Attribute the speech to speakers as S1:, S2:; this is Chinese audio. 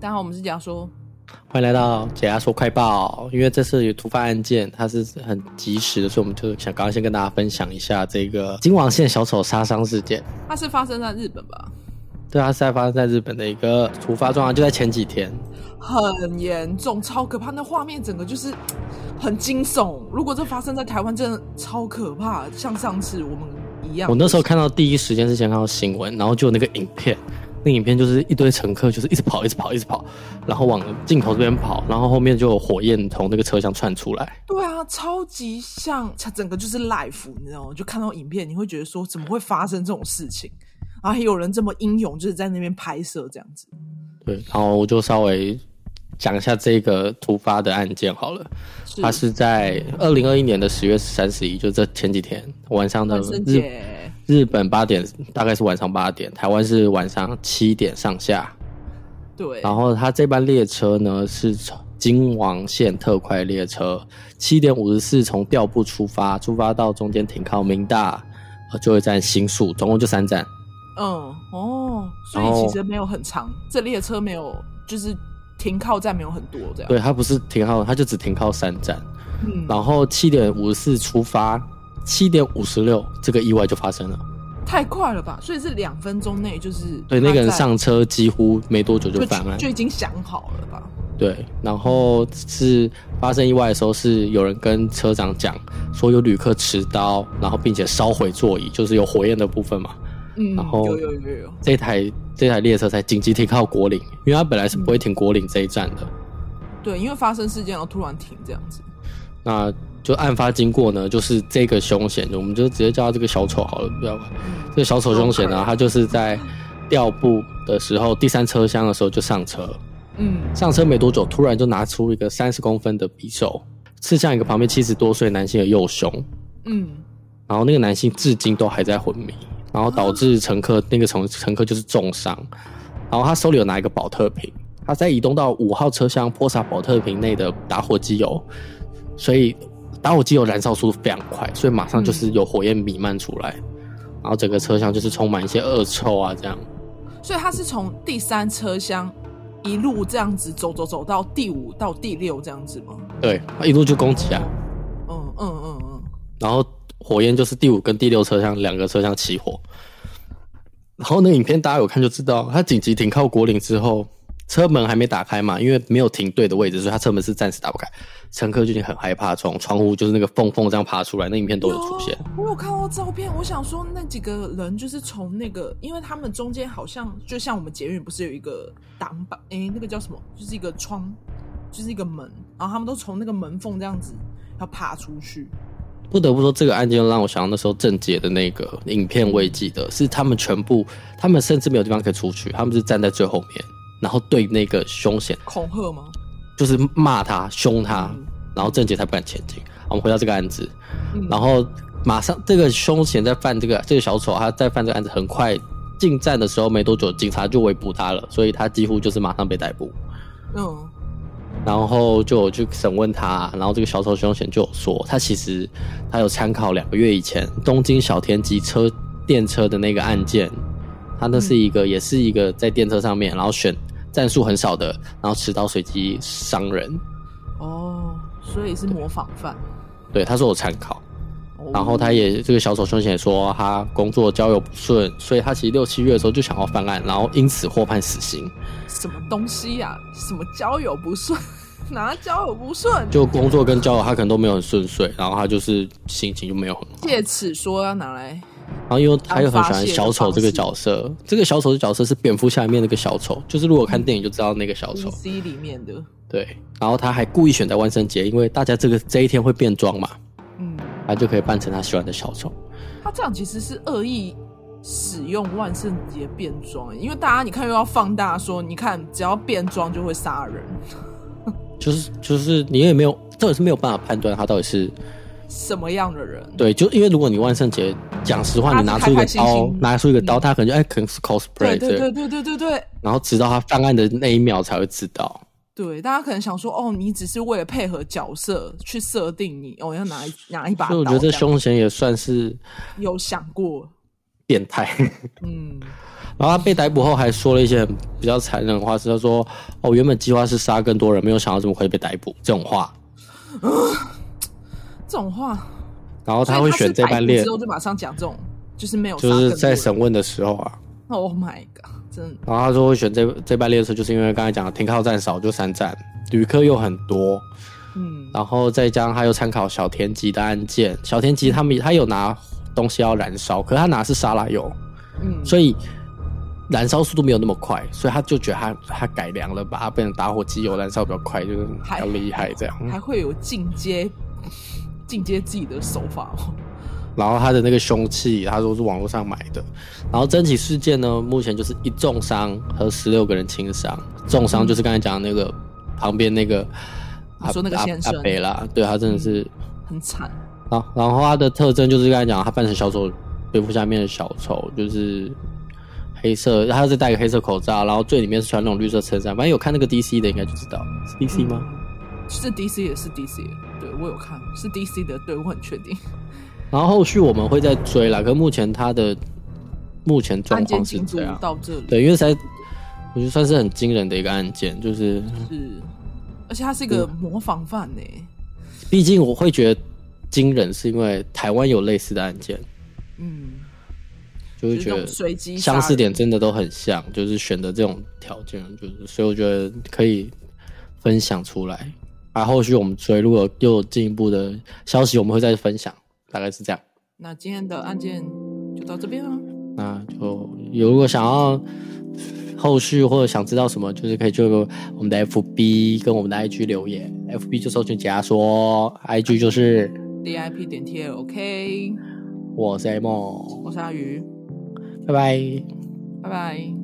S1: 大家好，我们是假说，
S2: 欢迎来到解压说快报。因为这次有突发案件，它是很及时的，所以我们就想刚刚先跟大家分享一下这个京王线小丑杀伤事件。
S1: 它是发生在日本吧？
S2: 对，啊它是在发生在日本的一个突发状况，就在前几天。
S1: 很严重，超可怕，那画面整个就是很惊悚。如果这发生在台湾，真的超可怕，像上次我们一样。
S2: 我那时候看到第一时间是先看到新闻，然后就有那个影片，那影片就是一堆乘客就是一直跑，一直跑，一直跑，然后往镜头这边跑，然后后面就有火焰从那个车厢窜出来。
S1: 对啊，超级像，它整个就是 life，你知道吗？就看到影片，你会觉得说怎么会发生这种事情？然后还有人这么英勇，就是在那边拍摄这样子。
S2: 对，然后我就稍微讲一下这个突发的案件好了。
S1: 是
S2: 它是在二零二一年的十月三十一，就这前几天晚上的
S1: 万圣
S2: 日
S1: 节，
S2: 日本八点，大概是晚上八点，台湾是晚上七点上下。
S1: 对，
S2: 然后它这班列车呢是从京王线特快列车，七点五十四从调布出发，出发到中间停靠明大，呃，就会站新宿，总共就三站。
S1: 嗯，哦，所
S2: 然
S1: 以
S2: 后
S1: 其实没有很长，这列车没有，就是停靠站没有很多这样。
S2: 对，它不是停靠，它就只停靠三站。
S1: 嗯，
S2: 然后七点五十四出发，七点五十六这个意外就发生了。
S1: 太快了吧？所以是两分钟内就是
S2: 对，那个人
S1: 他在
S2: 上车几乎没多久就
S1: 就
S2: 犯案。
S1: 就已经想好了吧？
S2: 对，然后是发生意外的时候，是有人跟车长讲说有旅客持刀，然后并且烧毁座椅，就是有火焰的部分嘛。
S1: 嗯，
S2: 然后
S1: 有有有有，
S2: 这台这台列车才紧急停靠国岭，因为它本来是不会停国岭这一站的。
S1: 对，因为发生事件然后突然停这样子，
S2: 那就案发经过呢，就是这个凶险，我们就直接叫他这个小丑好了，不要管。
S1: 嗯
S2: 这个小丑凶险呢，他就是在调步的时候，第三车厢的时候就上车，
S1: 嗯，
S2: 上车没多久，突然就拿出一个三十公分的匕首，刺向一个旁边七十多岁男性的右胸，
S1: 嗯，
S2: 然后那个男性至今都还在昏迷，然后导致乘客那个乘乘客就是重伤，然后他手里有拿一个保特瓶，他在移动到五号车厢泼洒保特瓶内的打火机油，所以打火机油燃烧速度非常快，所以马上就是有火焰弥漫出来，然后整个车厢就是充满一些恶臭啊，这样。
S1: 所以他是从第三车厢一路这样子走走走到第五到第六这样子吗？
S2: 对，他一路就攻击啊，
S1: 嗯嗯嗯嗯，
S2: 然后火焰就是第五跟第六车厢两个车厢起火。然后那影片大家有看就知道，他紧急停靠国岭之后，车门还没打开嘛，因为没有停对的位置，所以他车门是暂时打不开。乘客就已经很害怕，从窗户就是那个缝缝这样爬出来，那影片都有出现。
S1: 有。哦我有看到照片，我想说那几个人就是从那个，因为他们中间好像就像我们捷运不是有一个挡板，诶、那个叫什么？就是一个窗，就是一个门，然后他们都从那个门缝这样子要爬出去。
S2: 不得不说，这个案件让我想到那时候郑捷的那个影片，我也记得是他们全部，他们甚至没有地方可以出去，他们是站在最后面，然后对那个凶险
S1: 恐吓吗？
S2: 就是骂他、凶他
S1: 嗯，
S2: 然后郑杰才不敢前进。好我们回到这个案子，
S1: 嗯
S2: 然后马上这个凶嫌在犯这个这个小丑，他在犯这个案子，很快进站的时候没多久，警察就围捕他了，所以他几乎就是马上被逮捕。
S1: 嗯
S2: 然后就有去审问他，然后这个小丑凶险就有说，他其实他有参考两个月以前东京小田急车电车的那个案件，他那是一个、也是一个在电车上面，然后选战术很少的，然后持刀随机伤人。
S1: 哦，所以是模仿犯。
S2: 对，他说有参考，
S1: 哦
S2: 然后他也这个小丑凶险说他工作交友不顺，所以他其实六七月的时候就想要犯案，然后因此获判死刑。
S1: 什么东西呀、什么交友不顺？ 哪交友不顺？
S2: 就工作跟交友他可能都没有很顺遂，然后他就是心情就没有很好。
S1: 借此说要拿来
S2: 然后因为他又很喜欢小丑这个角色，这个小丑的角色是蝙蝠侠里面那个小丑，嗯就是如果看电影就知道那个小丑。
S1: DC 里面的，
S2: 对，然后他还故意选在万圣节，因为大家这个这一天会变装嘛，
S1: 嗯，
S2: 他就可以扮成他喜欢的小丑。
S1: 他这样其实是恶意使用万圣节变装，欸因为大家你看又要放大说，你看只要变装就会杀人，
S2: 就是就是你也没有，这也是没有办法判断他到底是
S1: 什么样的人？
S2: 对，就因为如果你万圣节，讲实话，
S1: 他
S2: 你拿出
S1: 是开
S2: 一个
S1: 开心
S2: 刀
S1: 心，嗯
S2: 拿出一个刀，他可能就哎，可能是 cosplay
S1: 对
S2: 这
S1: 对
S2: 个
S1: 对，对对对对
S2: 然后直到他犯案的那一秒才会知道。
S1: 对，大家可能想说，哦，你只是为了配合角色去设定你，哦，要拿一拿一把
S2: 所以
S1: 刀
S2: 我
S1: 这样，
S2: 觉得这凶嫌也算是
S1: 有想过，
S2: 变态。
S1: 嗯，
S2: 然后他被逮捕后还说了一些很比较残忍的话，是他说：“哦，原本计划是杀更多人，没有想到这么快就被逮捕。”这种话，
S1: 这种话，
S2: 然后
S1: 所以
S2: 他会选这
S1: 是
S2: 班
S1: 逮捕
S2: 列
S1: 之，后就马上讲这种，就是没有杀
S2: 就是在
S1: 更
S2: 审问的时候啊，
S1: 多人 Oh my god！真的
S2: 然后他说会选这这班列车，就是因为刚才讲的停靠站少，就三站，旅客又很多，
S1: 嗯
S2: 然后再加上他又参考小田急的案件，小田急他们他有拿东西要燃烧，可是他拿的是沙拉油，
S1: 嗯，
S2: 所以燃烧速度没有那么快，所以他就觉得他他改良了，把它变成打火机油燃烧比较快，就是比较厉害这样。
S1: 还会有进阶进阶自己的手法哦。
S2: 然后他的那个凶器，他说是网络上买的。然后真起事件呢，目前就是一重伤和十六个人轻伤，重伤就是刚才讲的那个旁边那个
S1: 你说那个
S2: 阿
S1: 先
S2: 阿
S1: 生
S2: 阿北啦，对他真的是。
S1: 很惨，
S2: 然后然后他的特征就是刚才讲，他扮成小丑，蝙蝠侠面的小丑，就是黑色，他是戴个黑色口罩，然后最里面是穿那种绿色衬衫。反正有看那个 DC 的应该就知道，是 DC 吗？
S1: 是 DC 也是 DC，的对我有看，是 DC 的，对我很确定。
S2: 然后后续我们会再追啦，可目前他的目前状
S1: 案件
S2: 况是
S1: 进度
S2: 这样。
S1: 到这里，
S2: 对，因为才我觉得算是很惊人的一个案件，就是
S1: 是，而且他是一个模仿犯呢、
S2: 毕竟我会觉得惊人，是因为台湾有类似的案件，
S1: 嗯，
S2: 就会
S1: 就是
S2: 觉
S1: 那种
S2: 得
S1: 随机杀
S2: 相似
S1: 人
S2: 点真的都很像，就是选择这种条件，就是所以我觉得可以分享出来。啊，后续我们追，如果又有进一步的消息，我们会再分享，大概是这样。
S1: 那今天的案件就到这边了。
S2: 那就有如果想要后续或者想知道什么，就是可以就我们的 FB 跟我们的 IG 留言，FB 就搜寻解压说，IG 就是
S1: DIP 点 T L OK，
S2: 我是 A 梦，
S1: 我是阿鱼，
S2: 拜拜。
S1: 拜拜。